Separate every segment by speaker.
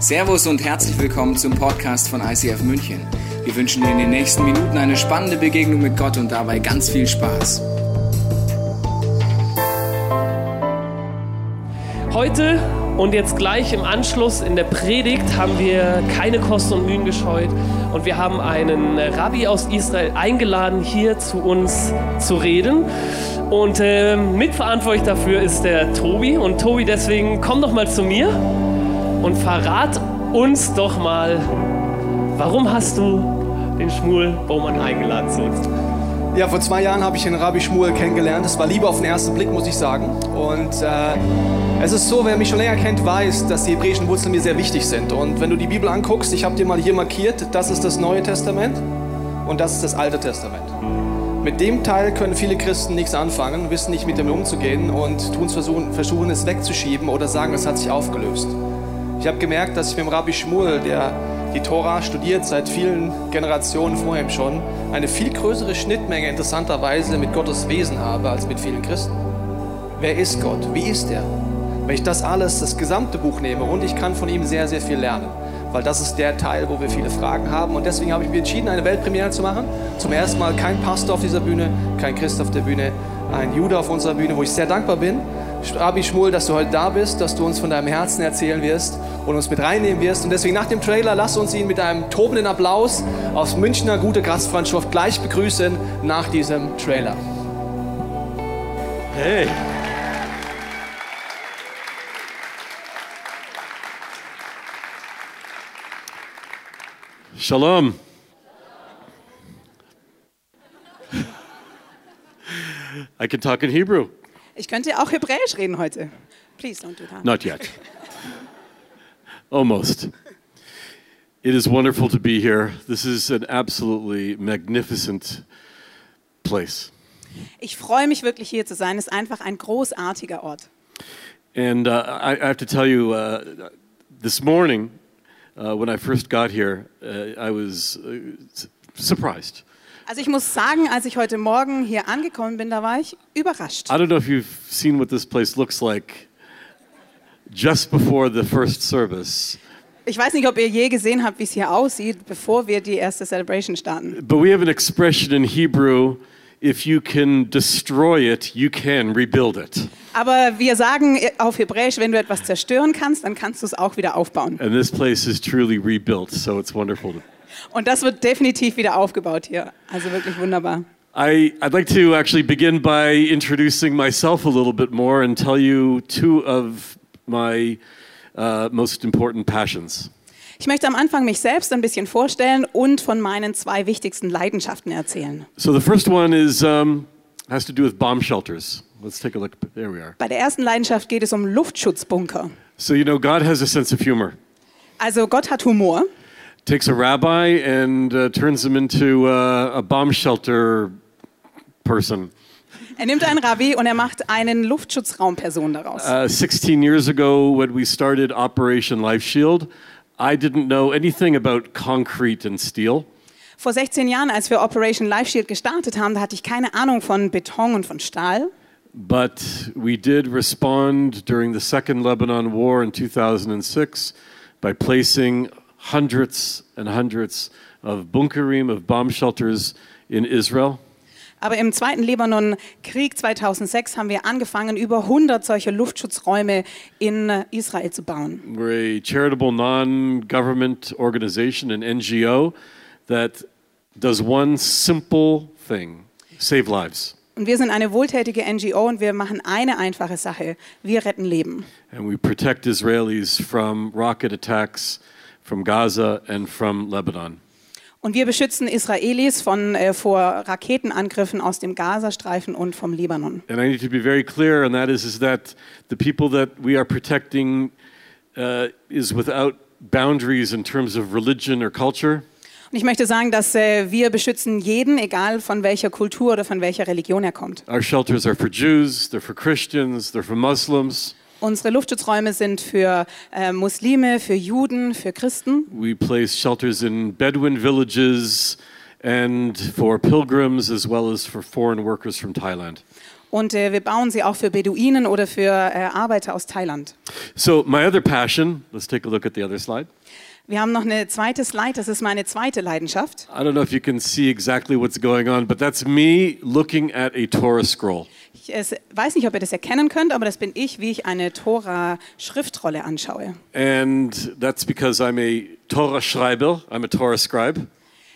Speaker 1: Servus und herzlich willkommen zum Podcast von ICF München. Wir wünschen dir in den nächsten Minuten eine spannende Begegnung mit Gott und dabei ganz viel Spaß.
Speaker 2: Heute und jetzt gleich im Anschluss in der Predigt haben wir keine Kosten und Mühen gescheut und wir haben einen Rabbi aus Israel eingeladen, hier zu uns zu reden. Und äh, mitverantwortlich dafür ist der Tobi. Und Tobi, deswegen komm doch mal zu mir und verrat uns doch mal, warum hast du den Schmuel Baumann eingeladen zu uns?
Speaker 3: Ja, vor zwei Jahren habe ich den Rabbi Schmuel kennengelernt. Das war Liebe auf den ersten Blick, muss ich sagen. Und äh, es ist so, wer mich schon länger kennt, weiß, dass die hebräischen Wurzeln mir sehr wichtig sind. Und wenn du die Bibel anguckst, ich habe dir mal hier markiert, das ist das Neue Testament und das ist das Alte Testament. Mit dem Teil können viele Christen nichts anfangen, wissen nicht, mit dem umzugehen und tun versuchen, versuchen es wegzuschieben oder sagen, es hat sich aufgelöst. Ich habe gemerkt, dass ich mit dem Rabbi Schmuel, der die Tora studiert seit vielen Generationen vorher schon, eine viel größere Schnittmenge interessanterweise mit Gottes Wesen habe als mit vielen Christen. Wer ist Gott? Wie ist er? Wenn ich das alles, das gesamte Buch nehme und ich kann von ihm sehr, sehr viel lernen, weil das ist der Teil, wo wir viele Fragen haben und deswegen habe ich mich entschieden, eine Weltpremiere zu machen. Zum ersten Mal kein Pastor auf dieser Bühne, kein Christ auf der Bühne, ein Jude auf unserer Bühne, wo ich sehr dankbar bin, Rabbi Schmuel, dass du heute da bist, dass du uns von deinem Herzen erzählen wirst und uns mit reinnehmen wirst. Und deswegen nach dem Trailer lass uns ihn mit einem tobenden Applaus aus Münchner Gute Gastfreundschaft gleich begrüßen nach diesem Trailer.
Speaker 4: Hey! Shalom! I can talk in Hebrew.
Speaker 5: Ich könnte auch Hebräisch reden heute. Please don't do that.
Speaker 4: Not yet. Almost. It is wonderful to be here. This is an absolutely magnificent place.
Speaker 5: Ich freue mich wirklich hier zu sein. Es ist einfach ein großartiger Ort.
Speaker 4: And uh, I, I have to tell you, uh, this morning, uh, when I first got here, uh, I was uh, s- surprised.
Speaker 5: Also ich muss sagen, als ich heute Morgen hier angekommen bin, da war ich überrascht.
Speaker 4: I don't know if you've seen what this place looks like just before the first service,
Speaker 5: Ich weiß nicht, ob ihr je gesehen habt, wie es hier aussieht, bevor wir die erste Celebration starten.
Speaker 4: but we have an expression in Hebrew if you can destroy it, you can rebuild it.
Speaker 5: Aber wir sagen auf Hebräisch, wenn du etwas zerstören kannst, dann kannst du es auch wieder aufbauen.
Speaker 4: And this place is truly rebuilt, so it's wonderful. To,
Speaker 5: Und das wird definitiv wieder aufgebaut hier. Also wirklich wunderbar.
Speaker 4: I, I'd like to actually begin by introducing myself a little bit more and tell you two of my uh, most important passions.
Speaker 5: Ich möchte am Anfang mich selbst ein bisschen vorstellen und von meinen zwei wichtigsten Leidenschaften erzählen.
Speaker 4: So the first one is um, has to do with bomb shelters. Let's take a look. There we are.
Speaker 5: Bei der ersten Leidenschaft geht es um Luftschutzbunker.
Speaker 4: So you know, God has a sense of humor.
Speaker 5: Also Gott hat Humor.
Speaker 4: Takes a rabbi and uh, turns him into uh, a bomb shelter person.
Speaker 5: Er nimmt einen Rabbi und er macht einen Luftschutzraumperson daraus.
Speaker 4: Uh, 16 years ago, when we started Operation Life Shield, I didn't know anything about concrete and steel.
Speaker 5: Vor 16 Jahren, als wir Operation Life Shield gestartet haben, da hatte ich keine Ahnung von Beton und von Stahl.
Speaker 4: But we did respond during the Second Lebanon War in 2006 by placing hundreds and hundreds of bunkerim, of bomb shelters in Israel.
Speaker 5: Aber im Zweiten Libanon-Krieg 2006 haben wir angefangen, über 100 solcher Luftschutzräume in äh, Israel zu bauen.
Speaker 4: We're a charitable non government organization, an NGO, that does one simple thing save lives.
Speaker 5: Und wir sind eine wohltätige NGO und wir machen eine einfache Sache. Wir retten Leben.
Speaker 4: And we protect Israelis from rocket attacks from Gaza and from Lebanon.
Speaker 5: Und wir beschützen Israelis von, äh, vor Raketenangriffen aus dem Gazastreifen und vom Libanon.
Speaker 4: And I need to be very clear, and that is, is that the people that we are protecting uh, is without boundaries in terms of religion or culture.
Speaker 5: Und ich möchte sagen, dass äh, wir beschützen jeden, egal von welcher Kultur oder von welcher Religion er kommt.
Speaker 4: Our shelters are for Jews, they're for Christians, they're for Muslims.
Speaker 5: Unsere Luftschutzräume sind für äh, Muslime, für Juden, für Christen.
Speaker 4: We place shelters in Bedouin villages and for pilgrims as well as for foreign workers from Thailand.
Speaker 5: Und äh, wir bauen sie auch für Beduinen oder für äh, Arbeiter aus Thailand.
Speaker 4: So, my other passion, let's take a look at the other slide.
Speaker 5: Wir haben noch eine zweite Slide, das ist meine zweite Leidenschaft.
Speaker 4: I don't know if you can see exactly what's going on, but that's me looking at a Torah scroll.
Speaker 5: Ich äh, weiß nicht, ob ihr das erkennen könnt, aber das bin ich, wie ich eine Tora-Schriftrolle anschaue.
Speaker 4: And that's because I'm a Torah Schreiber, I'm a Torah scribe.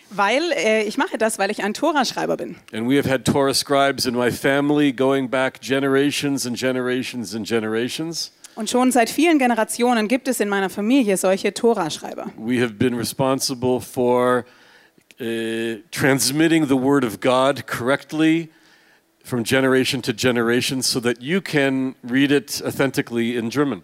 Speaker 5: Weil äh, ich mache das, weil ich ein Tora-Schreiber bin.
Speaker 4: And we have had Torah scribes in my family going back generations and generations and generations.
Speaker 5: Und schon seit vielen Generationen gibt es in meiner Familie solche Tora-Schreiber.
Speaker 4: We have been responsible for uh, transmitting the Word of God correctly from generation to generation so that you can read it authentically in German.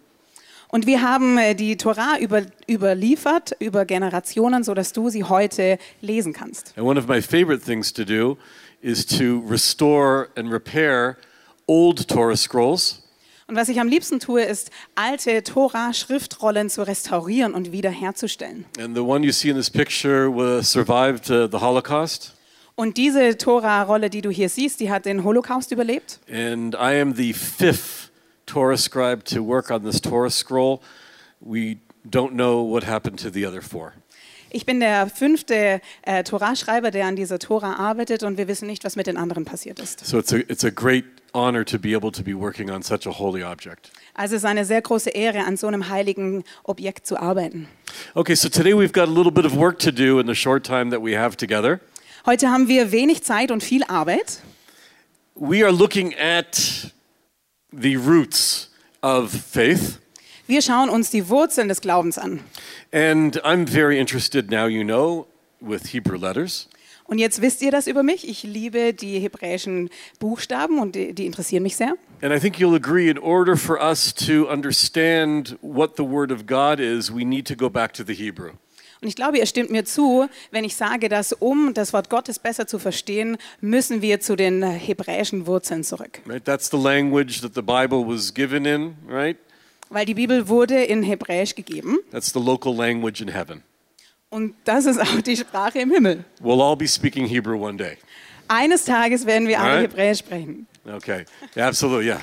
Speaker 5: Und wir haben äh, die Tora über, überliefert über Generationen, sodass du sie heute lesen kannst.
Speaker 4: And one of my favorite things to do is to restore and repair old Torah scrolls.
Speaker 5: Und was ich am liebsten tue, ist, alte Tora-Schriftrollen zu restaurieren und wiederherzustellen.
Speaker 4: And the one you see in this picture was, survived uh, the Holocaust.
Speaker 5: Und diese Tora-Rolle, die du hier siehst, die hat den Holocaust überlebt.
Speaker 4: And I am the fifth Torah scribe to work on this Torah scroll. We don't know what happened to the other four.
Speaker 5: Ich bin der fünfte äh, Tora-Schreiber, der an dieser Tora arbeitet und wir wissen nicht, was mit den anderen passiert ist.
Speaker 4: So it's a, it's a great honor to be able to be working on such a holy object.
Speaker 5: Also es ist eine sehr große Ehre, an so einem heiligen Objekt zu arbeiten.
Speaker 4: Okay, so today we've got a little bit of work to do in the short time that we have together.
Speaker 5: Heute haben wir wenig Zeit und viel Arbeit.
Speaker 4: We are looking at the roots of faith.
Speaker 5: Wir schauen uns die Wurzeln des Glaubens an.
Speaker 4: And I'm very interested now, you know, with Hebrew letters.
Speaker 5: Und jetzt wisst ihr das über mich. Ich liebe die hebräischen Buchstaben und die, die interessieren mich sehr.
Speaker 4: And I think you'll agree, in order for us to understand what the Word of God is, we need to go back to the Hebrew.
Speaker 5: Und ich glaube, ihr stimmt mir zu, wenn ich sage, dass um das Wort Gottes besser zu verstehen, müssen wir zu den hebräischen Wurzeln zurück.
Speaker 4: Right? That's the language that the Bible was given in, right?
Speaker 5: Weil die Bibel wurde in Hebräisch gegeben
Speaker 4: That's the local language in heaven.
Speaker 5: und das ist auch die Sprache im Himmel.
Speaker 4: We'll all be speaking Hebrew one day.
Speaker 5: Eines Tages werden wir alle
Speaker 4: Alright.
Speaker 5: Hebräisch sprechen.
Speaker 4: Okay, absolutely, yeah.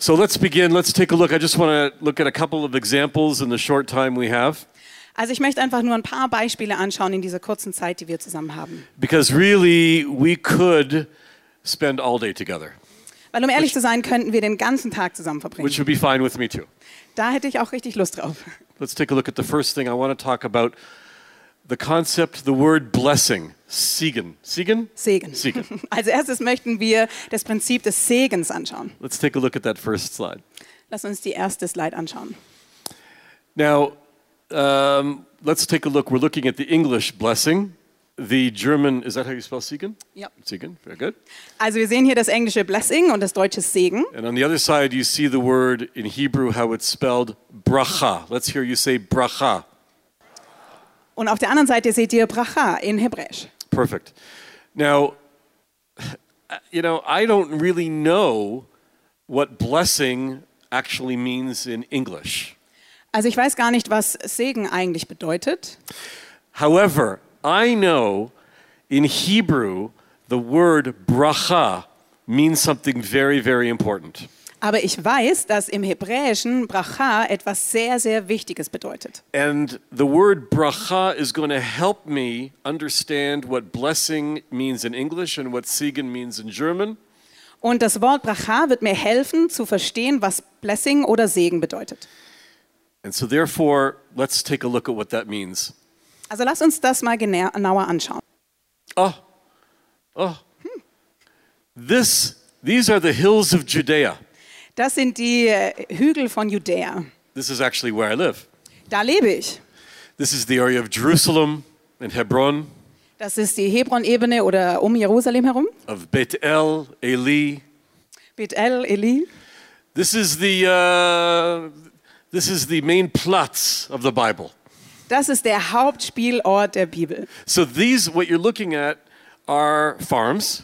Speaker 4: So let's begin. Let's take a look. I just want to look at a couple of examples in the short time we have.
Speaker 5: Also ich möchte einfach nur ein paar Beispiele anschauen in dieser kurzen Zeit, die wir zusammen haben.
Speaker 4: Because really, we could spend all day together,
Speaker 5: Weil um ehrlich zu sein, könnten wir den ganzen Tag zusammen verbringen.
Speaker 4: which would be fine with me too.
Speaker 5: Da hätte ich auch richtig Lust drauf.
Speaker 4: Let's take a look at the first thing I want to talk about the concept, the word blessing, Segen. Segen?
Speaker 5: Segen.
Speaker 4: Segen.
Speaker 5: Als erstes möchten wir das Prinzip des Segens anschauen.
Speaker 4: Let's take a look at that first slide.
Speaker 5: Lass uns die erste Slide anschauen.
Speaker 4: Now, um, let's take a look. We're looking at the English blessing. The German, is that how you spell Segen?
Speaker 5: Ja.
Speaker 4: Segen, very good.
Speaker 5: Also wir sehen hier das englische Blessing und das deutsche Segen.
Speaker 4: And on the other side, you see the word in Hebrew, how it's spelled, bracha. Let's hear you say bracha.
Speaker 5: Und auf der anderen Seite seht ihr Bracha in Hebräisch.
Speaker 4: Perfect. Now, you know, I don't really know what blessing actually means in English.
Speaker 5: Also ich weiß gar nicht, was Segen eigentlich bedeutet.
Speaker 4: However, I know in Hebrew the word bracha means something very, very important.
Speaker 5: Aber ich weiß, dass im Hebräischen Bracha etwas sehr, sehr Wichtiges bedeutet.
Speaker 4: And the word bracha is going to help me understand what blessing means in English and what segen means in German.
Speaker 5: Und das Wort Bracha wird mir helfen zu verstehen, was Blessing oder Segen bedeutet.
Speaker 4: And so, therefore, let's take a look at what that means.
Speaker 5: Also lass uns das mal genä- genauer anschauen.
Speaker 4: Oh, oh. This, these are the hills of Judea.
Speaker 5: Das sind die äh, Hügel von Judäa.
Speaker 4: This is actually where I live.
Speaker 5: Da lebe ich.
Speaker 4: This is the area of Jerusalem and Hebron,
Speaker 5: Das ist die Hebron-Ebene oder um Jerusalem herum.
Speaker 4: of Beit El, Eli.
Speaker 5: Beth El, Eli.
Speaker 4: This is the, uh, this is the main platz of the Bible.
Speaker 5: Das ist der Hauptspielort der Bibel.
Speaker 4: So these, what you're looking at, are farms.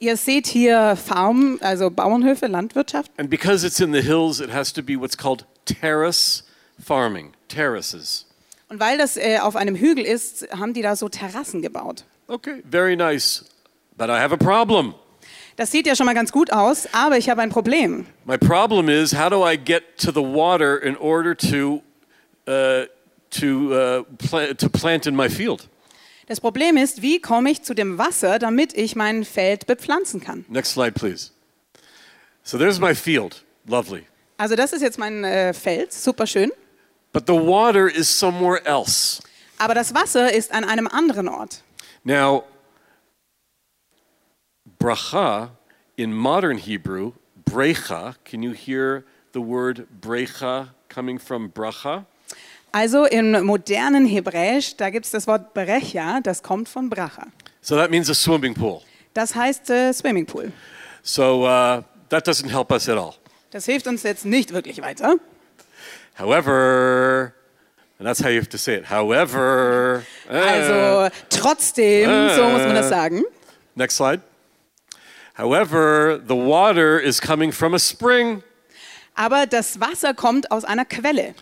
Speaker 5: Ihr seht hier Farm, also Bauernhöfe, Landwirtschaft.
Speaker 4: And because it's in the hills, it has to be what's called terrace farming, terraces.
Speaker 5: Und weil das äh, auf einem Hügel ist, haben die da so Terrassen gebaut.
Speaker 4: Okay, very nice. But I have a problem.
Speaker 5: Das sieht ja schon mal ganz gut aus, aber ich habe ein Problem.
Speaker 4: My problem is how do I get to the water in order to uh, to uh, pla- to plant in my field?
Speaker 5: Das Problem ist, wie komme ich zu dem Wasser, damit ich mein Feld bepflanzen kann?
Speaker 4: Next slide, please. So there's my field, lovely.
Speaker 5: Also das ist jetzt mein äh, Feld, super schön.
Speaker 4: But the water is somewhere else.
Speaker 5: Aber das Wasser ist an einem anderen Ort.
Speaker 4: Now, bracha in modern Hebrew, brecha. Can you hear the word brecha coming from bracha?
Speaker 5: Also im modernen Hebräisch, da gibt es das Wort Brecha, das kommt von Bracha.
Speaker 4: So that means a swimming pool.
Speaker 5: Das heißt äh, Swimmingpool.
Speaker 4: So uh, that doesn't help us at all.
Speaker 5: Das hilft uns jetzt nicht wirklich weiter.
Speaker 4: However, and that's how you have to say it. However, eh.
Speaker 5: Also trotzdem, so muss man das sagen.
Speaker 4: next slide. However, the water is coming from a spring,
Speaker 5: Aber das Wasser kommt aus einer Quelle.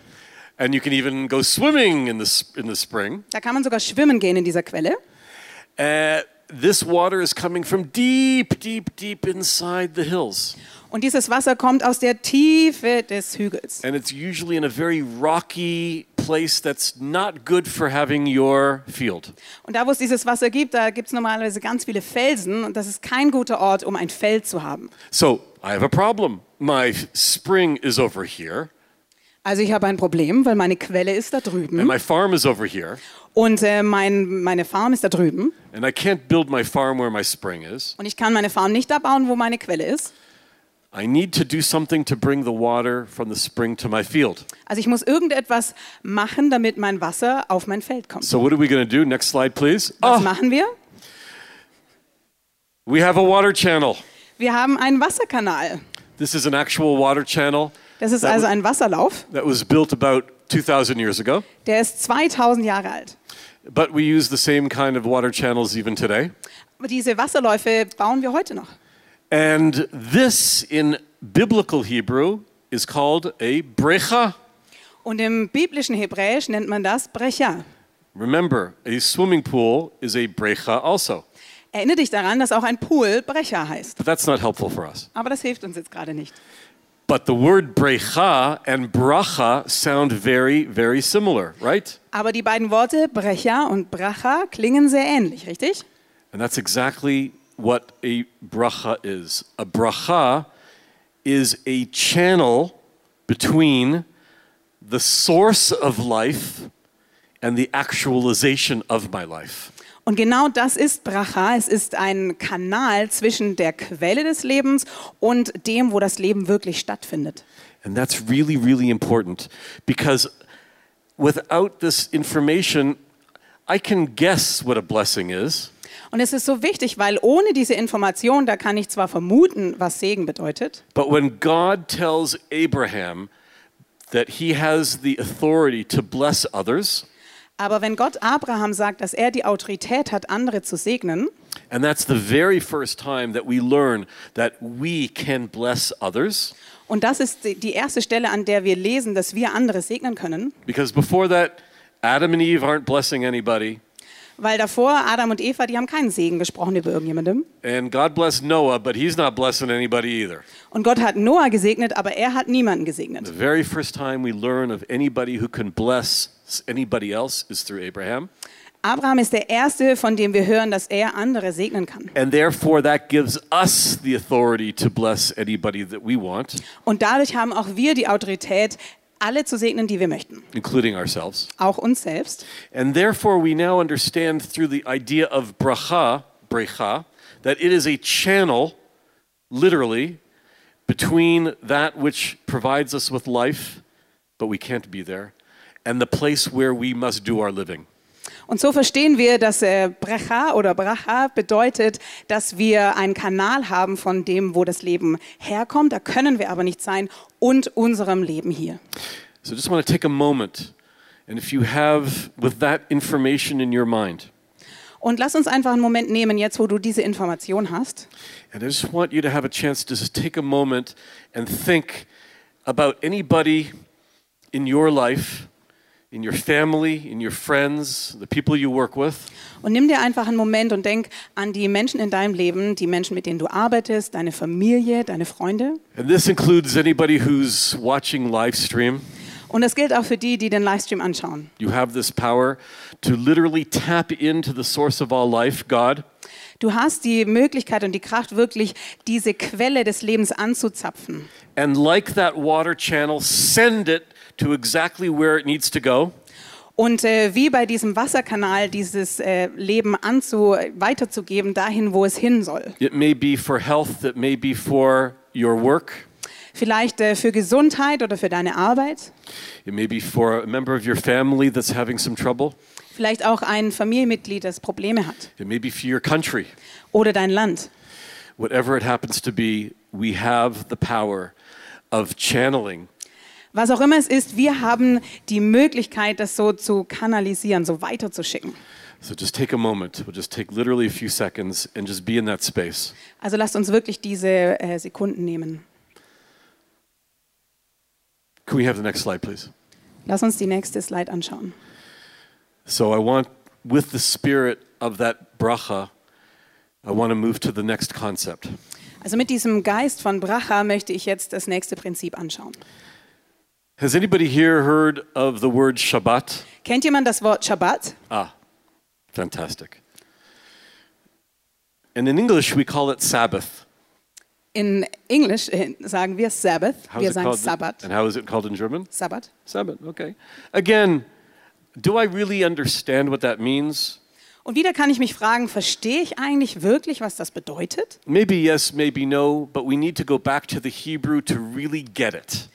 Speaker 4: and you can even go swimming in the s- in the spring.
Speaker 5: Da kann man sogar schwimmen gehen in dieser Quelle.
Speaker 4: Uh, this water is coming from deep, deep, deep inside the hills,
Speaker 5: Und dieses Wasser kommt aus der Tiefe des Hügels.
Speaker 4: and it's usually in a very rocky place that's not good for having your field.
Speaker 5: Und da, wo es dieses Wasser gibt, da gibt es normalerweise ganz viele Felsen. Und das ist kein guter Ort, um ein Feld zu haben.
Speaker 4: So I have a problem. My f- spring is over here,
Speaker 5: Also ich habe ein Problem, weil meine Quelle ist da
Speaker 4: and
Speaker 5: drüben.
Speaker 4: my farm is over here.
Speaker 5: Und äh, mein, meine Farm ist da drüben.
Speaker 4: And I can't build my farm where my spring is.
Speaker 5: Und ich kann meine Farm nicht da bauen, wo meine Quelle ist.
Speaker 4: I need to do something to bring the water from the spring to my field.
Speaker 5: Also ich muss irgendetwas machen, damit mein Wasser auf mein Feld kommt.
Speaker 4: So, what are we going to do? Next slide, please.
Speaker 5: Was
Speaker 4: Ah,
Speaker 5: machen wir?
Speaker 4: we have a water channel.
Speaker 5: Wir haben einen Wasserkanal.
Speaker 4: This is an actual water channel
Speaker 5: Das ist
Speaker 4: That
Speaker 5: also
Speaker 4: would-
Speaker 5: ein Wasserlauf.
Speaker 4: that was built about 2,000 years ago,
Speaker 5: Der ist 2000 Jahre alt.
Speaker 4: but we use the same kind of water channels even today.
Speaker 5: Aber diese Wasserläufe bauen wir heute noch.
Speaker 4: And this in biblical Hebrew is called a brecha.
Speaker 5: Und im biblischen Hebräisch nennt man das Brecha.
Speaker 4: Remember, a swimming pool is a brecha also,
Speaker 5: Erinnere dich daran, dass auch ein Pool Brecha heißt.
Speaker 4: but that's not helpful for us.
Speaker 5: Aber das hilft uns jetzt gerade nicht.
Speaker 4: But the word brecha and bracha sound very, very similar, right?
Speaker 5: Aber die beiden Worte Brecha und Bracha klingen sehr ähnlich, richtig?
Speaker 4: And that's exactly what a bracha is. A bracha is a channel between the source of life and the actualization of my life.
Speaker 5: Und genau das ist Bracha. Es ist ein Kanal zwischen der Quelle des Lebens und dem, wo das Leben wirklich stattfindet.
Speaker 4: And that's really, really important because without this information, I can guess what a blessing is,
Speaker 5: Und es ist so wichtig, weil ohne diese Information, da kann ich zwar vermuten, was Segen bedeutet,
Speaker 4: But when God tells Abraham that he has the authority to bless others,
Speaker 5: aber wenn Gott Abraham sagt, dass er die Autorität hat, andere zu segnen,
Speaker 4: and that's the very first time that we learn that we can bless others,
Speaker 5: und das ist die- die erste Stelle, an der wir lesen, dass wir andere segnen können,
Speaker 4: because before that, Adam and Eve aren't blessing anybody,
Speaker 5: weil davor Adam und Eva, die haben keinen Segen gesprochen über irgendjemandem.
Speaker 4: and God blessed Noah, but he's not blessing anybody either.
Speaker 5: Und Gott hat Noah gesegnet, aber er hat niemanden
Speaker 4: The
Speaker 5: gesegnet.
Speaker 4: very first time we learn of anybody who can bless anybody else is through Abraham,
Speaker 5: Abraham ist der Erste, von dem wir hören, dass er andere segnen kann.
Speaker 4: and therefore that gives us the authority to bless anybody that we want,
Speaker 5: Und dadurch haben auch wir die Autorität, alle zu segnen, die wir möchten,
Speaker 4: including ourselves.
Speaker 5: auch uns selbst.
Speaker 4: And therefore, we now understand through the idea of bracha, brecha, that it is a channel, literally, between that which provides us with life, but we can't be there, and the place where we must do our living.
Speaker 5: Und so verstehen wir, dass äh, Brecha oder Bracha bedeutet, dass wir einen Kanal haben von dem, wo das Leben herkommt. Da können wir aber nicht sein und unserem Leben hier.
Speaker 4: So, just want to take a moment, and if you have with that information in your mind,
Speaker 5: Und lass uns einfach einen Moment nehmen, jetzt wo du diese Information hast.
Speaker 4: and I just want you to have a chance to just take a moment and think about anybody in your life in your family, in your friends, the people you work with,
Speaker 5: Und nimm dir einfach einen Moment und denk an die Menschen in deinem Leben, die Menschen, mit denen du arbeitest, deine Familie, deine Freunde.
Speaker 4: and this includes anybody who's watching live stream.
Speaker 5: Und das gilt auch für die, die den Livestream anschauen.
Speaker 4: You have this power to literally tap into the source of all life, God,
Speaker 5: Du hast die Möglichkeit und die Kraft, wirklich diese Quelle des Lebens anzuzapfen.
Speaker 4: and like that water channel, send it to exactly where it needs to go.
Speaker 5: Und äh, wie bei diesem Wasserkanal dieses äh, Leben anzu weiterzugeben, dahin, wo es hin soll.
Speaker 4: It may be for health, it may be for your work,
Speaker 5: Vielleicht äh, für Gesundheit oder für deine Arbeit.
Speaker 4: it may be for a member of your family that's having some trouble,
Speaker 5: Vielleicht auch ein Familienmitglied, das Probleme hat.
Speaker 4: it may be for your country.
Speaker 5: Oder dein Land.
Speaker 4: Whatever it happens to be, we have the power of channeling
Speaker 5: Was auch immer es ist, wir haben die Möglichkeit, das so zu kanalisieren, so weiterzuschicken.
Speaker 4: So just take a moment. We'll just take literally a few seconds and just be in that space.
Speaker 5: Also lasst uns wirklich diese äh, Sekunden nehmen.
Speaker 4: Can we have the next slide, please?
Speaker 5: Lass uns die nächste Slide anschauen.
Speaker 4: So I want, with the spirit of that bracha, I want to move to the next concept.
Speaker 5: Also mit diesem Geist von Bracha möchte ich jetzt das nächste Prinzip anschauen.
Speaker 4: Has anybody here heard of the word Shabbat?
Speaker 5: Kennt jemand das Wort Shabbat?
Speaker 4: Ah, fantastic. And in English, we call it Sabbath.
Speaker 5: In Englisch äh, sagen wir Sabbath,
Speaker 4: How is
Speaker 5: wir
Speaker 4: it
Speaker 5: sagen
Speaker 4: called?
Speaker 5: Sabbat.
Speaker 4: And how is it called in German?
Speaker 5: Sabbat.
Speaker 4: Sabbath, okay. Again, do I really understand what that means?
Speaker 5: Und wieder kann ich mich fragen, verstehe ich eigentlich wirklich, was das bedeutet?
Speaker 4: Maybe yes, maybe no, but we need to go back to the Hebrew to really get it.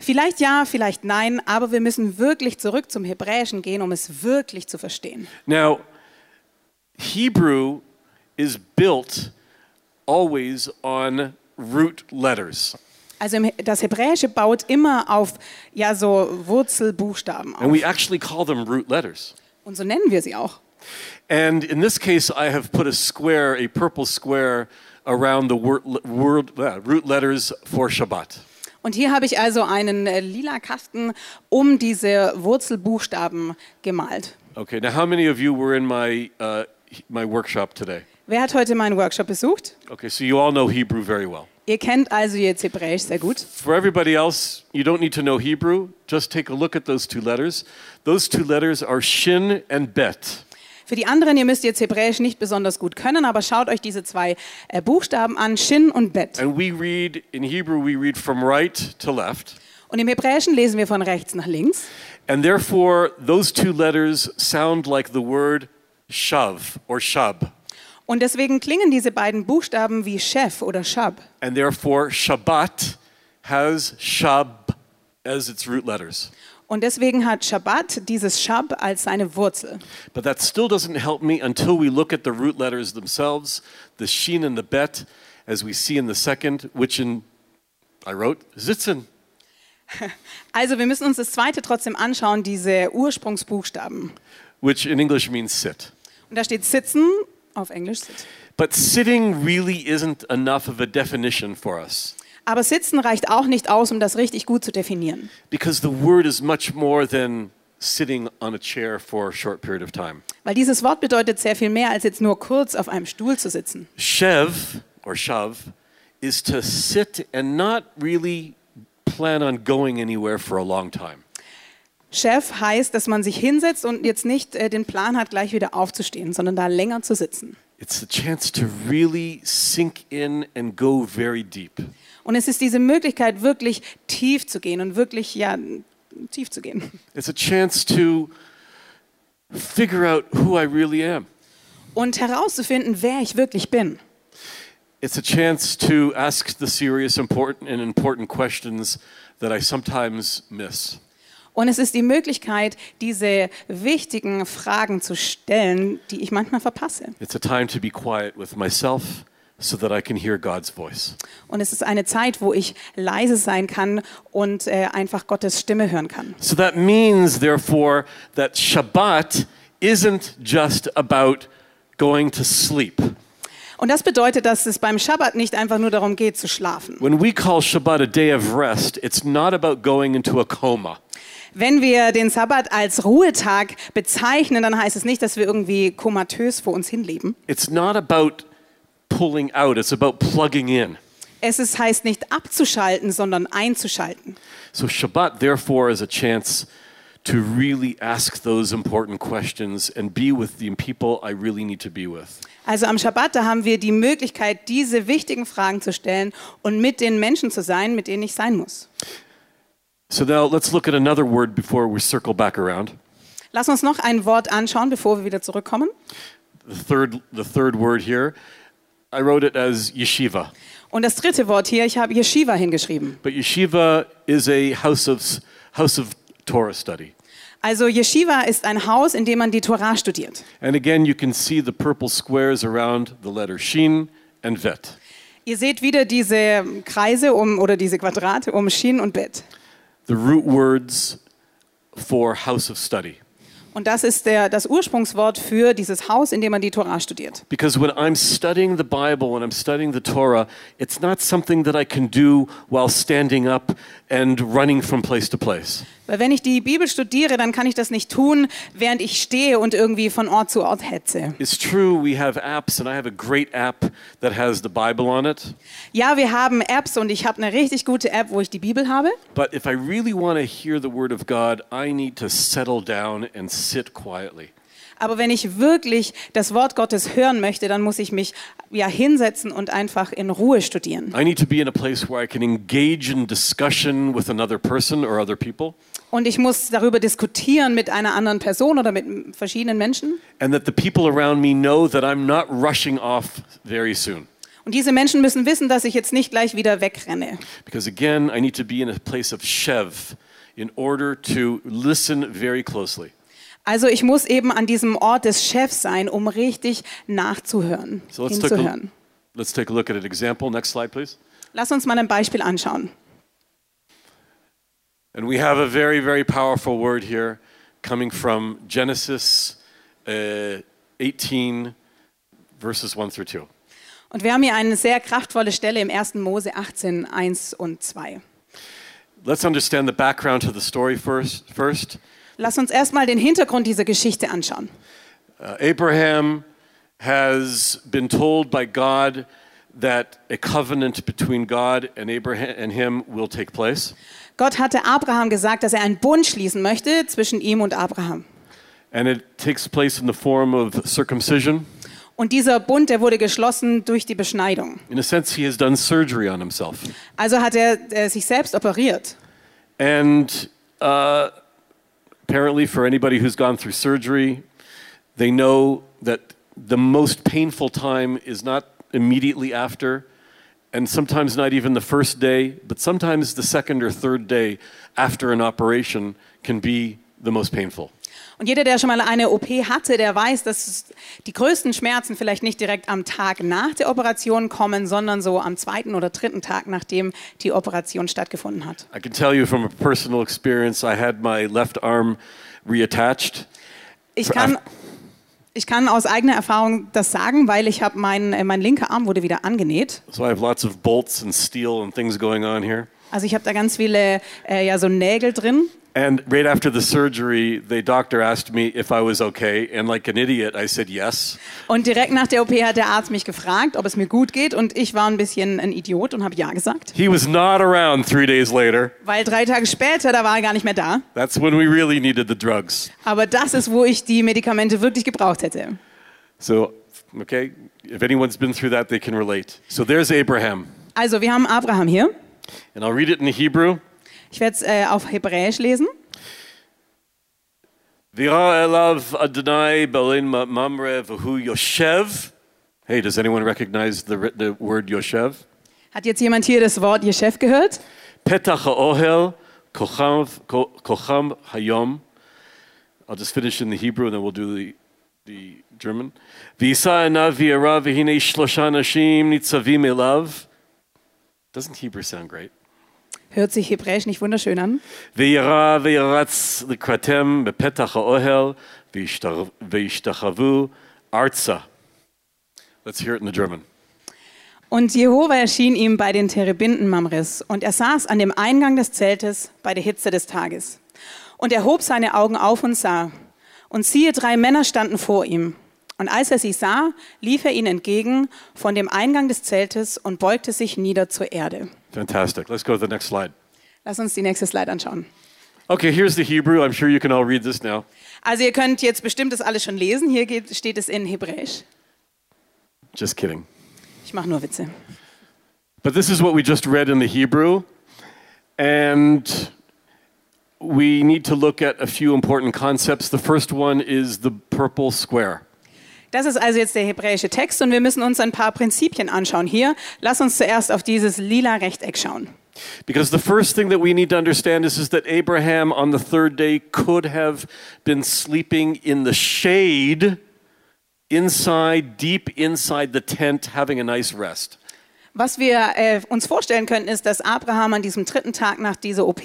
Speaker 5: Vielleicht ja, vielleicht nein, aber wir müssen wirklich zurück zum Hebräischen gehen, um es wirklich zu verstehen.
Speaker 4: Now, Hebrew is built always on root letters.
Speaker 5: Also im, das Hebräische baut immer auf ja so Wurzelbuchstaben
Speaker 4: And
Speaker 5: auf.
Speaker 4: we actually call them root letters.
Speaker 5: Und so nennen wir sie auch.
Speaker 4: And in this case, I have put a square, a purple square, around the word, word, uh, root letters for Shabbat.
Speaker 5: Und hier habe ich also einen äh, lila Kasten um diese Wurzelbuchstaben gemalt.
Speaker 4: Okay, now how many of you were in my, uh, my workshop today?
Speaker 5: Wer hat heute meinen Workshop besucht?
Speaker 4: Okay, so you all know Hebrew very well.
Speaker 5: Ihr kennt also jetzt Hebräisch sehr gut.
Speaker 4: For everybody else, you don't need to know Hebrew. Just take a look at those two letters. Those two letters are shin and bet.
Speaker 5: Für die anderen, ihr müsst jetzt Hebräisch nicht besonders gut können, aber schaut euch diese zwei äh, Buchstaben an, Shin und Bet.
Speaker 4: And we read, in Hebrew, we read from right to left.
Speaker 5: Und im Hebräischen lesen wir von rechts nach links.
Speaker 4: And therefore, those two letters sound like the word shav or shab.
Speaker 5: Und deswegen klingen diese beiden Buchstaben wie Chef oder Schab.
Speaker 4: And therefore, Shabbat has shab as its root letters.
Speaker 5: Und deswegen hat Shabbat dieses Schab als seine Wurzel.
Speaker 4: But that still doesn't help me until we look at the root letters themselves, the sheen and the bet, as we see in the second, which in I wrote zitzin.
Speaker 5: Also wir müssen uns das zweite trotzdem anschauen, diese Ursprungsbuchstaben.
Speaker 4: which in English means sit.
Speaker 5: Und da steht sitzen, auf Englisch sit.
Speaker 4: But sitting really isn't enough of a definition for us
Speaker 5: Aber sitzen reicht auch nicht aus, um das richtig gut zu definieren.
Speaker 4: because the word is much more than sitting on a chair for a short period of time.
Speaker 5: Weil dieses Wort bedeutet sehr viel mehr, als jetzt nur kurz auf einem Stuhl zu sitzen.
Speaker 4: Shev or shav is to sit and not really plan on going anywhere for a long time.
Speaker 5: Chef heißt, dass man sich hinsetzt und jetzt nicht äh, den Plan hat, gleich wieder aufzustehen, sondern da länger zu sitzen.
Speaker 4: It's the chance to really sink in and go very deep.
Speaker 5: Und es ist diese Möglichkeit, wirklich tief zu gehen und wirklich, ja, tief zu gehen.
Speaker 4: It's a chance to figure out who I really am.
Speaker 5: Und herauszufinden, wer ich wirklich bin.
Speaker 4: It's a chance to ask the serious, important, and important questions that I sometimes miss.
Speaker 5: Und es ist die Möglichkeit, diese wichtigen Fragen zu stellen, die ich manchmal verpasse.
Speaker 4: It's a time to be quiet with myself so that I can hear God's voice.
Speaker 5: Und es ist eine Zeit, wo ich leise sein kann und äh, einfach Gottes Stimme hören kann.
Speaker 4: So that means, therefore, that Shabbat isn't just about going to sleep.
Speaker 5: Und das bedeutet, dass es beim Schabbat nicht einfach nur darum geht, zu schlafen.
Speaker 4: When we call Shabbat a day of rest, it's not about going into a coma.
Speaker 5: Wenn wir den Sabbat als Ruhetag bezeichnen, dann heißt es nicht, dass wir irgendwie komatös vor uns hinleben.
Speaker 4: It's not about pulling out, it's about plugging in.
Speaker 5: Es ist, heißt nicht abzuschalten, sondern einzuschalten.
Speaker 4: So, Shabbat, therefore, is a chance to really ask those important questions and be with the people I really need to be with.
Speaker 5: Also am Schabbat, da haben wir die Möglichkeit, diese wichtigen Fragen zu stellen und mit den Menschen zu sein, mit denen ich sein muss.
Speaker 4: So, now let's look at another word before we circle back around.
Speaker 5: Lass uns noch ein Wort anschauen, bevor wir wieder zurückkommen.
Speaker 4: The third, the third word here, I wrote it as yeshiva.
Speaker 5: Und das dritte Wort hier, ich habe hier Shiva hingeschrieben.
Speaker 4: But yeshiva is a house of, house of Torah study.
Speaker 5: Also Yeshiva ist ein Haus, in dem man die Torah studiert.
Speaker 4: And again, you can see the purple squares around the letter Shin and Vet.
Speaker 5: Ihr seht wieder diese Kreise um, oder diese Quadrate um Shin und Bet.
Speaker 4: The root words for house of study.
Speaker 5: Und das ist der, das Ursprungswort für dieses Haus, in dem man die Torah studiert.
Speaker 4: Because when I'm studying the Bible, when I'm studying the Torah, it's not something that I can do while standing up and running from place to place.
Speaker 5: Weil wenn ich die Bibel studiere, dann kann ich das nicht tun, während ich stehe und irgendwie von Ort zu Ort hetze.
Speaker 4: It's true, we have apps, and I have a great app that has the Bible on it.
Speaker 5: Ja, wir haben Apps und ich habe eine richtig gute App, wo ich die Bibel habe.
Speaker 4: But if I really want to hear the Word of God, I need to settle down and sit quietly.
Speaker 5: Aber wenn ich wirklich das Wort Gottes hören möchte, dann muss ich mich ja hinsetzen und einfach in Ruhe studieren.
Speaker 4: I need to be in a place where I can engage in discussion with another person or other people,
Speaker 5: Und ich muss darüber diskutieren mit einer anderen Person oder mit verschiedenen Menschen.
Speaker 4: and that the people around me know that I'm not rushing off very soon.
Speaker 5: Und diese Menschen müssen wissen, dass ich jetzt nicht gleich wieder wegrenne.
Speaker 4: Because again, I need to be in a place of Shev in order to listen very closely.
Speaker 5: Also ich muss eben an diesem Ort des Chefs sein, um richtig nachzuhören,
Speaker 4: So let's take, a,
Speaker 5: hinzuhören.
Speaker 4: let's take a look at an example. Next slide, please.
Speaker 5: Lass uns mal ein Beispiel anschauen.
Speaker 4: And we have a very, very powerful word here coming from Genesis uh, 18, verses 1 through 2.
Speaker 5: Und wir haben hier eine sehr kraftvolle Stelle im 1. Mose 18, 1 und 2.
Speaker 4: Let's understand the background to the story first. first.
Speaker 5: Lass uns erstmal den Hintergrund dieser Geschichte anschauen.
Speaker 4: Uh, Abraham has been told by God that a covenant between God and Abraham and him will take place.
Speaker 5: Gott hatte Abraham gesagt, dass er einen Bund schließen möchte zwischen ihm und Abraham.
Speaker 4: And it takes place in the form of circumcision.
Speaker 5: Und dieser Bund, der wurde geschlossen durch die Beschneidung.
Speaker 4: In a sense, he has done surgery on himself.
Speaker 5: Also hat er äh, sich selbst operiert.
Speaker 4: And uh, apparently, for anybody who's gone through surgery, they know that the most painful time is not immediately after, and sometimes not even the first day, but sometimes the second or third day after an operation can be the most painful.
Speaker 5: Und jeder, der schon mal eine OP hatte, der weiß, dass es- die größten Schmerzen vielleicht nicht direkt am Tag nach der Operation kommen, sondern so am zweiten oder dritten Tag, nachdem die Operation stattgefunden hat.
Speaker 4: I can tell you from a personal experience, I had my left arm reattached.
Speaker 5: Ich kann, ich kann aus eigener Erfahrung das sagen, weil ich habe mein, äh, mein linker Arm wurde wieder angenäht.
Speaker 4: So I have lots of bolts and steel and things going on here.
Speaker 5: Also ich habe da ganz viele äh, ja, so Nägel drin.
Speaker 4: And right after the surgery, the doctor asked me if I was okay. And like an idiot, I said yes.
Speaker 5: Und direkt nach der OP hat der Arzt mich gefragt, ob es mir gut geht. Und ich war ein bisschen ein Idiot und habe Ja gesagt.
Speaker 4: He was not around three days later.
Speaker 5: Weil drei Tage später, da war er gar nicht mehr da.
Speaker 4: That's when we really needed the drugs.
Speaker 5: Aber das ist, wo ich die Medikamente wirklich gebraucht hätte.
Speaker 4: So, okay, if anyone's been through that, they can relate. So there's Abraham.
Speaker 5: Also, wir haben Abraham hier.
Speaker 4: And I'll read it in Hebrew.
Speaker 5: Ich werde es äh, auf Hebräisch lesen.
Speaker 4: Vira elav Adonai belin ma- mamre v'hu yoshev. Hey, does anyone recognize the, writ- the word yoshev?
Speaker 5: Hat jetzt jemand hier das Wort Jeschef gehört?
Speaker 4: Petach ha'ohel kochav ko- kocham hayom. I'll just finish in the Hebrew and then we'll do the, the German. V'yisa ena v'yera v'hine shlosha nashim nitzavim elav. Doesn't Hebrew sound great?
Speaker 5: Hört sich Hebräisch nicht wunderschön an?
Speaker 4: V'yera v'yeratz likratem bepetach ha'ohel v'yishtar- v'yishtachavu arza. Let's hear it in the German.
Speaker 5: Und Jehova erschien ihm bei den Terebinden Mamres, und er saß an dem Eingang des Zeltes bei der Hitze des Tages. Und er hob seine Augen auf und sah. Und siehe, drei Männer standen vor ihm. Und als er sie sah, lief er ihnen entgegen von dem Eingang des Zeltes und beugte sich nieder zur Erde.
Speaker 4: Fantastic. Let's go to the next slide.
Speaker 5: Lass uns die nächste Slide anschauen.
Speaker 4: Okay, here's the Hebrew. I'm sure you can all read this now.
Speaker 5: Also ihr könnt jetzt bestimmt das alles schon lesen. Hier geht, steht es in Hebräisch.
Speaker 4: Just kidding.
Speaker 5: Ich mache nur Witze.
Speaker 4: But this is what we just read in the Hebrew. And we need to look at a few important concepts. The first one is the purple square.
Speaker 5: Das ist also jetzt der hebräische Text und wir müssen uns ein paar Prinzipien anschauen. Hier, lass uns zuerst auf dieses lila Rechteck schauen.
Speaker 4: Because the first thing that we need to understand is, is that Abraham on the third day could have been sleeping in the shade inside, deep inside the tent, having a nice rest.
Speaker 5: Was wir äh, uns vorstellen könnten, ist, dass Abraham an diesem dritten Tag nach dieser OP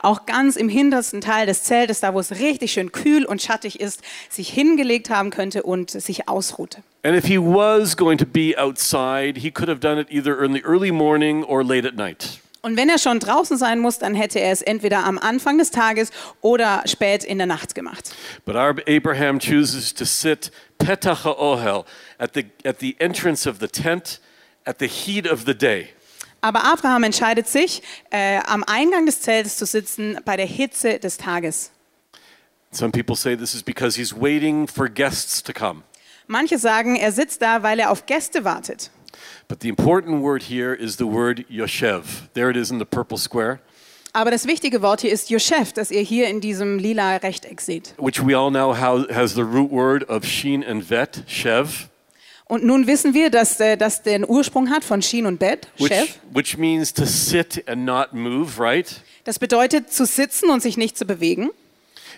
Speaker 5: auch ganz im hintersten Teil des Zeltes, da wo es richtig schön kühl und schattig ist, sich hingelegt haben könnte und sich ausruhte.
Speaker 4: And if he was going to be outside, he could have done it either in the early morning or late at night.
Speaker 5: Und wenn er schon draußen sein muss, dann hätte er es entweder am Anfang des Tages oder spät in der Nacht gemacht.
Speaker 4: But our Abraham chooses to sit petach ohel at the at the entrance of the tent at the heat of the day.
Speaker 5: Aber Abraham entscheidet sich, äh, am Eingang des Zeltes zu sitzen bei der Hitze des Tages.
Speaker 4: Some people say this is because he's waiting for guests to come.
Speaker 5: Manche sagen, er sitzt da, weil er auf Gäste wartet.
Speaker 4: But the important word here is the word yoshev. There it is in the purple square,
Speaker 5: Aber das wichtige Wort hier ist Josef, das ihr hier in diesem lila Rechteck seht.
Speaker 4: which we all know how, has the root word of sheen and vet, shev,
Speaker 5: Und nun wissen wir, dass äh, das den Ursprung hat von Shin und Bet,
Speaker 4: which,
Speaker 5: Chef.
Speaker 4: which means to sit and not move, right?
Speaker 5: Das bedeutet zu sitzen und sich nicht zu bewegen.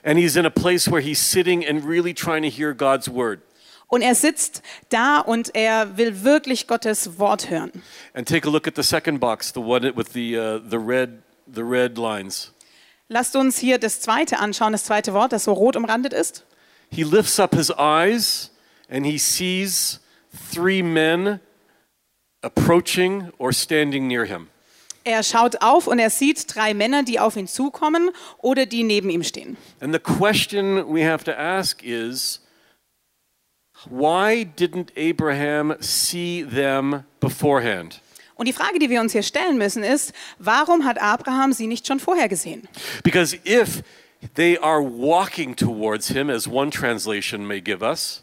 Speaker 4: And he's in a place where he's sitting and really trying to hear God's word.
Speaker 5: Und er sitzt da und er will wirklich Gottes Wort hören.
Speaker 4: And take a look at the second box, the one with the, uh, the, red, the red lines.
Speaker 5: Lasst uns hier das zweite anschauen, das zweite Wort, das so rot umrandet ist.
Speaker 4: He lifts up his eyes and he sees three men approaching or standing near him.
Speaker 5: Er schaut auf und er sieht drei Männer, die auf ihn zukommen oder die neben ihm stehen.
Speaker 4: And the question we have to ask is why didn't Abraham see them beforehand?
Speaker 5: Und die Frage, die wir uns hier stellen müssen, ist, warum hat Abraham sie nicht schon vorher gesehen?
Speaker 4: Because if they are walking towards him, as one translation may give us,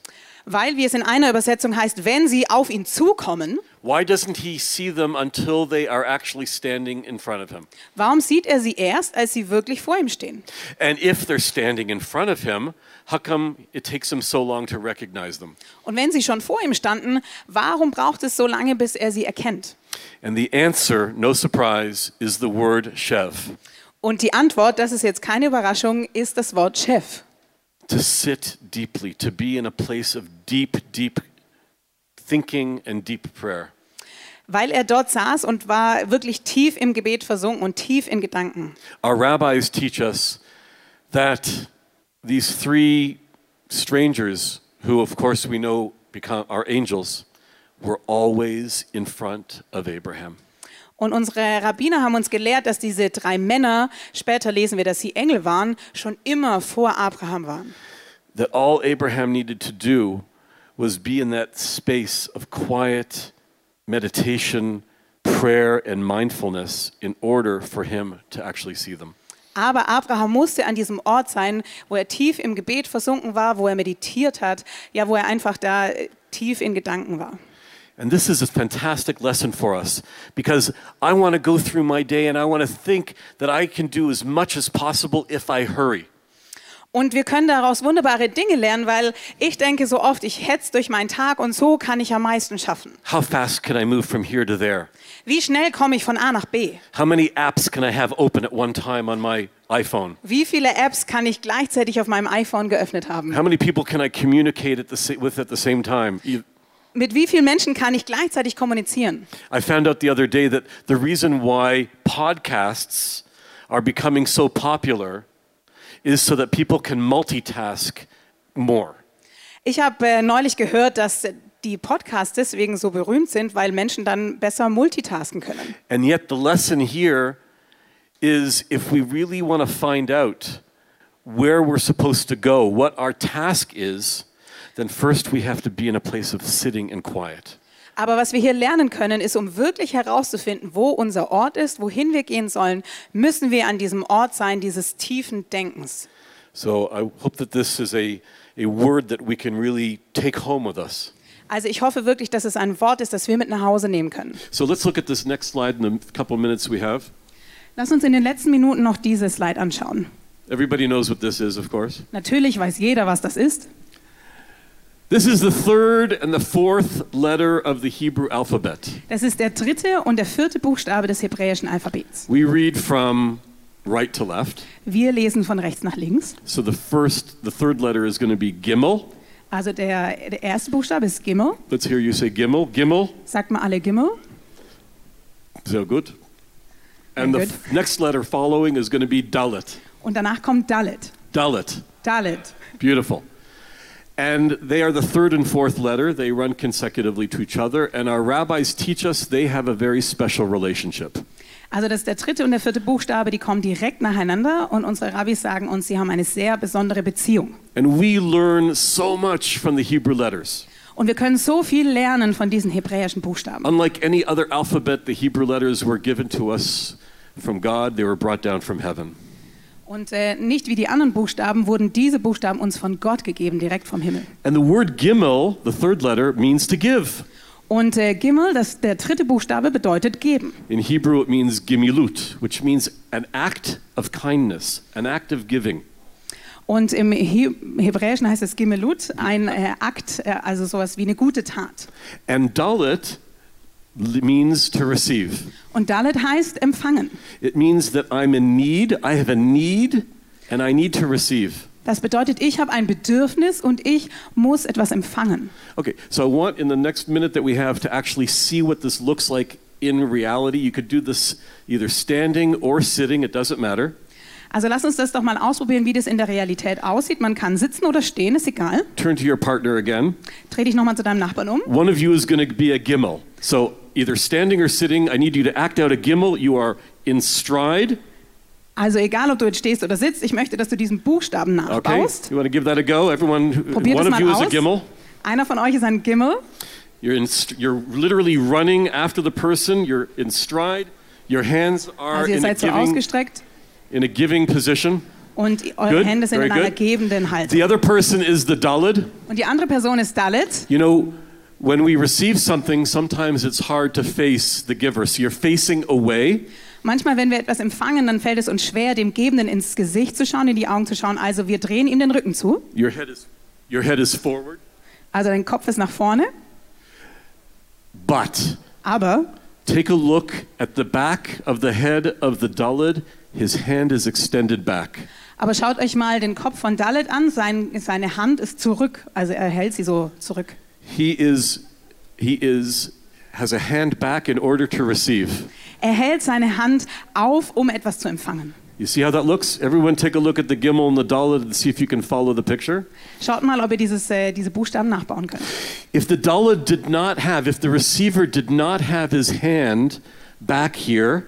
Speaker 5: Weil, wie es in einer Übersetzung heißt, wenn sie auf ihn zukommen,
Speaker 4: why doesn't he see them until they are actually standing in front of him?
Speaker 5: warum sieht er sie erst, als sie wirklich vor ihm stehen?
Speaker 4: And if they're standing in front of him, how come it takes him so long to recognize them?
Speaker 5: Und wenn sie schon vor ihm standen, warum braucht es so lange, bis er sie erkennt?
Speaker 4: And the answer, no surprise, is the word shev,
Speaker 5: Und die Antwort, das ist jetzt keine Überraschung, ist das Wort Chef.
Speaker 4: to sit deeply, to be in a place of deep, deep thinking and deep prayer.
Speaker 5: Weil er dort saß und war wirklich tief im Gebet versunken und tief in Gedanken.
Speaker 4: Our rabbis teach us that these three strangers, who of course we know become our angels, were always in front of Abraham.
Speaker 5: Und unsere Rabbiner haben uns gelehrt, dass diese drei Männer, später lesen wir, dass sie Engel waren, schon immer vor Abraham waren.
Speaker 4: That all Abraham needed to do was be in that space of quiet meditation, prayer, and mindfulness in order for him to actually see them.
Speaker 5: Aber Abraham musste an diesem Ort sein, wo er tief im Gebet versunken war, wo er meditiert hat, ja, wo er einfach da äh, tief in Gedanken war.
Speaker 4: And this is a fantastic lesson for us because I want to go through my day and I want to think that I can do as much as possible if I hurry.
Speaker 5: Und wir können daraus wunderbare Dinge lernen, weil ich denke so oft, ich hetz durch meinen Tag und so kann ich am meisten schaffen.
Speaker 4: How fast can I move from here to there?
Speaker 5: Wie schnell komme ich von A nach B?
Speaker 4: How many apps can I have open at one time on my iPhone?
Speaker 5: Wie viele Apps kann ich gleichzeitig auf meinem iPhone geöffnet haben?
Speaker 4: How many people can I communicate at the, sa- with at the same time? You-
Speaker 5: Mit wie vielen Menschen kann ich gleichzeitig kommunizieren?
Speaker 4: I found out the other day that the reason why podcasts are becoming so popular is so that people can multitask more.
Speaker 5: Ich habe äh, neulich gehört, dass äh, die Podcasts deswegen so berühmt sind, weil Menschen dann besser multitasken können.
Speaker 4: And yet, the lesson here is if we really want to find out where we're supposed to go, what our task is, then first we have to be in a place of sitting and quiet.
Speaker 5: Aber was wir hier lernen können, ist, um wirklich herauszufinden, wo unser Ort ist, wohin wir gehen sollen, müssen wir an diesem Ort sein, dieses tiefen Denkens.
Speaker 4: So I hope that this is a, a word that we can really take home with us.
Speaker 5: Also ich hoffe wirklich, dass es ein Wort ist, das wir mit nach Hause nehmen können.
Speaker 4: So let's look at this next slide in the couple minutes we have.
Speaker 5: Lass uns in den letzten Minuten noch dieses Slide anschauen.
Speaker 4: Everybody knows what this is, of course.
Speaker 5: Natürlich weiß jeder, was das ist.
Speaker 4: This is the third and the fourth letter of the Hebrew alphabet.
Speaker 5: Das ist der dritte und der vierte Buchstabe des hebräischen Alphabets.
Speaker 4: We read from right to left.
Speaker 5: Wir lesen von rechts nach links.
Speaker 4: So the first, the third letter is going to be Gimel.
Speaker 5: Also der, der erste Buchstabe ist Gimel.
Speaker 4: Let's hear you say Gimel. Gimel.
Speaker 5: Sagt mal alle Gimel.
Speaker 4: So good. And the
Speaker 5: Good.
Speaker 4: f- next letter following is going to be Dalit.
Speaker 5: Und danach kommt Dalit.
Speaker 4: Dalit.
Speaker 5: Dalit.
Speaker 4: Beautiful. And they are the third and fourth letter. They run consecutively to each other. And our rabbis teach us they have a very special relationship.
Speaker 5: Also das ist der dritte und der vierte Buchstabe, die kommen direkt nacheinander und unsere Rabbis sagen uns, sie haben eine sehr besondere Beziehung.
Speaker 4: And we learn so much from the Hebrew letters.
Speaker 5: Und wir können so viel lernen von diesen hebräischen Buchstaben.
Speaker 4: Unlike any other alphabet, the Hebrew letters were given to us from God, they were brought down from heaven.
Speaker 5: Und äh, nicht wie die anderen Buchstaben wurden diese Buchstaben uns von Gott gegeben, direkt vom Himmel.
Speaker 4: And the word gimel, the third letter, means to give.
Speaker 5: Und äh, Gimel, das, der dritte Buchstabe, bedeutet geben.
Speaker 4: In Hebrew, it means gimilut, which means an act of kindness, an act of giving.
Speaker 5: Und im He Hebräischen heißt es Gimelut, ein äh, Akt, äh, also sowas wie eine gute Tat.
Speaker 4: And dalit li- means to receive.
Speaker 5: Und Dalit heißt empfangen.
Speaker 4: It means that I'm in need, I have a need, and I need to receive.
Speaker 5: Das bedeutet, ich habe ein Bedürfnis und ich muss etwas empfangen.
Speaker 4: Okay, so I want in the next minute that we have to actually see what this looks like in reality. You could do this either standing or sitting, it doesn't matter.
Speaker 5: Also lass uns das doch mal ausprobieren, wie das in der Realität aussieht. Man kann sitzen oder stehen, ist egal.
Speaker 4: Turn to your partner again.
Speaker 5: Dreh dich nochmal zu deinem Nachbarn um.
Speaker 4: One of you is going to be a gimel. So either standing or sitting, I need you to act out a gimel. You are in stride.
Speaker 5: Also egal, ob du jetzt stehst oder sitzt, ich möchte, dass du diesen Buchstaben
Speaker 4: Okay,
Speaker 5: nachbaust.
Speaker 4: you want to give that a go? Everyone,
Speaker 5: Probier
Speaker 4: one
Speaker 5: das
Speaker 4: of
Speaker 5: mal
Speaker 4: you
Speaker 5: aus.
Speaker 4: is a gimel.
Speaker 5: Einer von euch ist ein Gimmel.
Speaker 4: You're, in, st- you're literally running after the person. You're in stride. Your hands are
Speaker 5: Also ihr
Speaker 4: in a,
Speaker 5: seid so
Speaker 4: giving,
Speaker 5: ausgestreckt
Speaker 4: in a giving position.
Speaker 5: und i- eure
Speaker 4: Good,
Speaker 5: Hände sind
Speaker 4: very
Speaker 5: in einer
Speaker 4: good.
Speaker 5: gebenden
Speaker 4: The
Speaker 5: Haltung.
Speaker 4: other person is the dalid.
Speaker 5: Und die andere Person ist Dalit.
Speaker 4: You know, when we receive something, sometimes it's hard to face the giver. So you're facing away.
Speaker 5: Manchmal, wenn wir etwas empfangen, dann fällt es uns schwer, dem Gebenden ins Gesicht zu schauen, in die Augen zu schauen. Also wir drehen ihm den Rücken zu.
Speaker 4: Your head is, your head is forward.
Speaker 5: Also dein Kopf ist nach vorne.
Speaker 4: But
Speaker 5: Aber
Speaker 4: take a look at the back of the head of the dalid. His hand is extended back.
Speaker 5: Aber schaut euch mal den Kopf von Dalit an. Sein, seine Hand ist zurück, also er hält sie so zurück.
Speaker 4: He is, he is, has a hand back in order to receive.
Speaker 5: Er hält seine Hand auf, um etwas zu empfangen.
Speaker 4: You see how that looks? Everyone take a look at the gimel and the dalid and see if you can follow the picture.
Speaker 5: Schaut mal, ob ihr dieses, äh, diese Buchstaben nachbauen könnt.
Speaker 4: If the dalid did not have, if the receiver did not have his hand back here,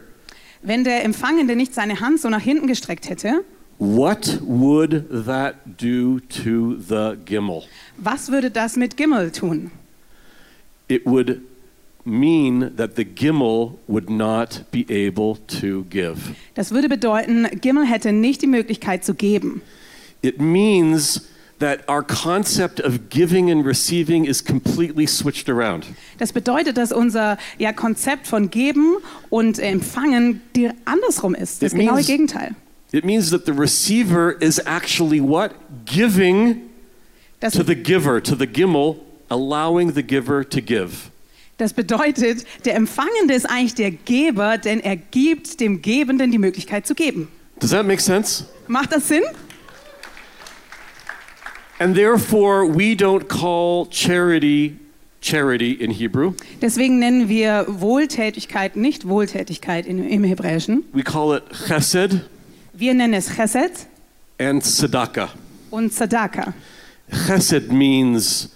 Speaker 5: Wenn der Empfangende nicht seine Hand so nach hinten gestreckt hätte,
Speaker 4: what would that do to the gimel?
Speaker 5: was würde das mit Gimmel tun?
Speaker 4: It would mean that the gimel would not be able to give.
Speaker 5: Das würde bedeuten, Gimmel hätte nicht die Möglichkeit zu geben.
Speaker 4: It means that our concept of giving and receiving is completely switched around.
Speaker 5: Das bedeutet, dass unser ja, Konzept von Geben und äh, Empfangen dir andersrum ist. Das
Speaker 4: It
Speaker 5: genaue
Speaker 4: means-
Speaker 5: Gegenteil.
Speaker 4: It means that the receiver is actually what? Giving
Speaker 5: Das
Speaker 4: to the giver, to the gimel, allowing the giver to give.
Speaker 5: Das bedeutet, der Empfangende ist eigentlich der Geber, denn er gibt dem Gebenden die Möglichkeit zu geben.
Speaker 4: Does that make sense?
Speaker 5: Macht das Sinn?
Speaker 4: And therefore, we don't call charity charity in Hebrew.
Speaker 5: Deswegen nennen wir Wohltätigkeit nicht Wohltätigkeit in, im Hebräischen.
Speaker 4: We call it chesed
Speaker 5: Wir nennen es Chesed
Speaker 4: and tzedakah.
Speaker 5: und Sadaka.
Speaker 4: Chesed means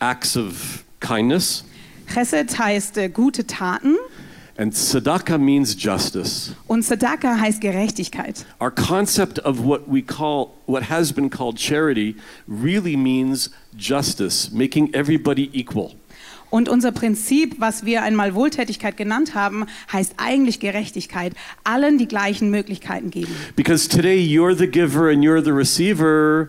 Speaker 4: acts of kindness,
Speaker 5: Chesed heißt äh, gute Taten
Speaker 4: And tzedakah means justice.
Speaker 5: Und Sadaka heißt Gerechtigkeit.
Speaker 4: Our concept of what we call, what has been called charity, really means justice, making everybody equal.
Speaker 5: Und unser Prinzip, was wir einmal Wohltätigkeit genannt haben, heißt eigentlich Gerechtigkeit. Allen die gleichen Möglichkeiten geben.
Speaker 4: Because today you're the giver and you're the receiver,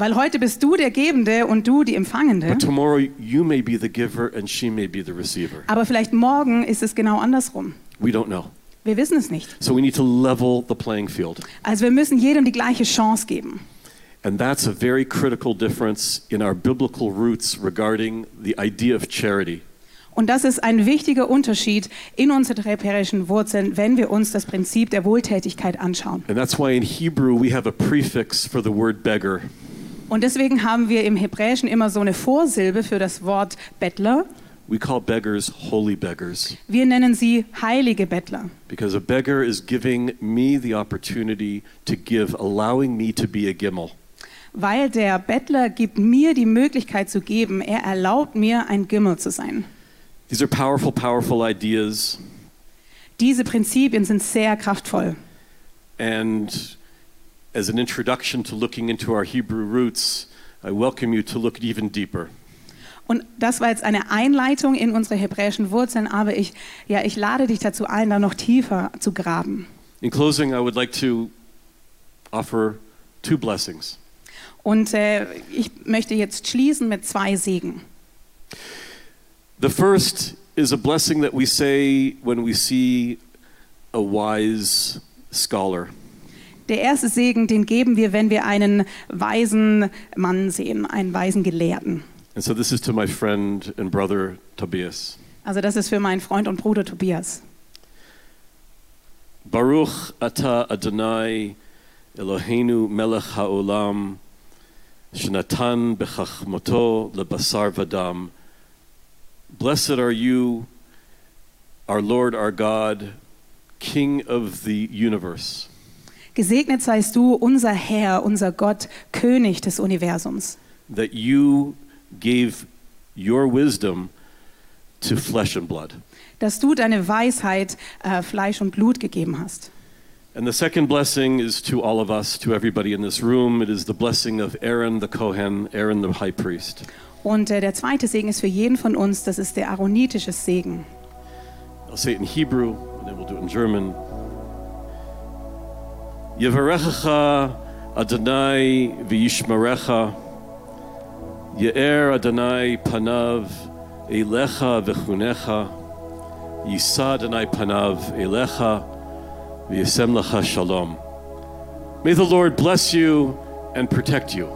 Speaker 5: Weil heute bist du der Gebende und du die Empfangende.
Speaker 4: but tomorrow you may be the giver and she may be the receiver.
Speaker 5: Aber vielleicht morgen ist es genau andersrum.
Speaker 4: We don't know.
Speaker 5: Wir wissen es nicht.
Speaker 4: So we need to level the playing field.
Speaker 5: Also wir müssen jedem die gleiche Chance geben.
Speaker 4: And that's a very critical difference in our biblical roots regarding the idea of charity.
Speaker 5: Und das ist ein wichtiger Unterschied in unseren repairischen Wurzeln, wenn wir uns das Prinzip der Wohltätigkeit anschauen.
Speaker 4: And that's why in Hebrew we have a prefix for the word beggar.
Speaker 5: Und deswegen haben wir im Hebräischen immer so eine Vorsilbe für das Wort Bettler.
Speaker 4: We call beggars holy beggars
Speaker 5: Wir nennen sie heilige Bettler,
Speaker 4: because a beggar is giving me the opportunity to give, allowing me to be a gimel.
Speaker 5: weil der Bettler gibt mir die Möglichkeit zu geben. Er erlaubt mir, ein Gimmel zu sein.
Speaker 4: These are powerful, powerful ideas.
Speaker 5: Diese Prinzipien sind sehr kraftvoll.
Speaker 4: And as an introduction to looking into our Hebrew roots, I welcome you to look even deeper.
Speaker 5: Und das war jetzt eine Einleitung in unsere hebräischen Wurzeln, aber ich, ja, ich lade dich dazu ein, da noch tiefer zu graben.
Speaker 4: In closing, I would like to offer two blessings.
Speaker 5: Und äh, ich möchte jetzt schließen mit zwei Segen.
Speaker 4: The first is a blessing that we say when we see a wise scholar.
Speaker 5: Der erste Segen, den geben wir, wenn wir einen weisen Mann sehen, einen weisen Gelehrten.
Speaker 4: And so this is to my friend and brother Tobias.
Speaker 5: Also das ist für meinen Freund und Bruder Tobias.
Speaker 4: Baruch atah Adonai Eloheinu melech haolam shenatan bechachmoto lebasar vadam. Blessed are you, our Lord, our God, King of the universe.
Speaker 5: Gesegnet seist du, unser Herr, unser Gott, König des Universums,
Speaker 4: that you gave your wisdom to flesh and blood.
Speaker 5: dass du deine Weisheit äh, Fleisch und Blut gegeben hast.
Speaker 4: And the second blessing is to all of us, to everybody in this room. It is the blessing of Aaron the Kohen, Aaron the high priest.
Speaker 5: Und äh, der zweite Segen ist für jeden von uns, das ist der aaronitische Segen.
Speaker 4: I'll say it in Hebrew, and then we'll do it in German. Yevarechacha Adonai v'yishmarecha. Ye'er Adonai panav elecha v'chunecha. Yisa Adonai panav elecha v'yisem lecha shalom. May the Lord bless you and protect you.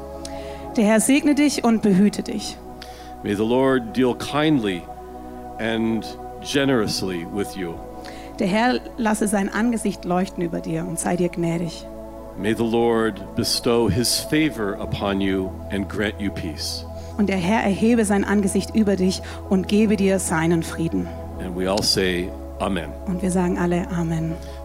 Speaker 5: Der Herr segne dich und behüte dich.
Speaker 4: May the Lord deal kindly and generously with you.
Speaker 5: Der Herr lasse sein Angesicht leuchten über dir und sei dir gnädig.
Speaker 4: May the Lord bestow his favor upon you and grant you peace.
Speaker 5: Und der Herr erhebe sein Angesicht über dich und gebe dir seinen Frieden.
Speaker 4: And we all say, Amen.
Speaker 5: Und wir sagen alle Amen.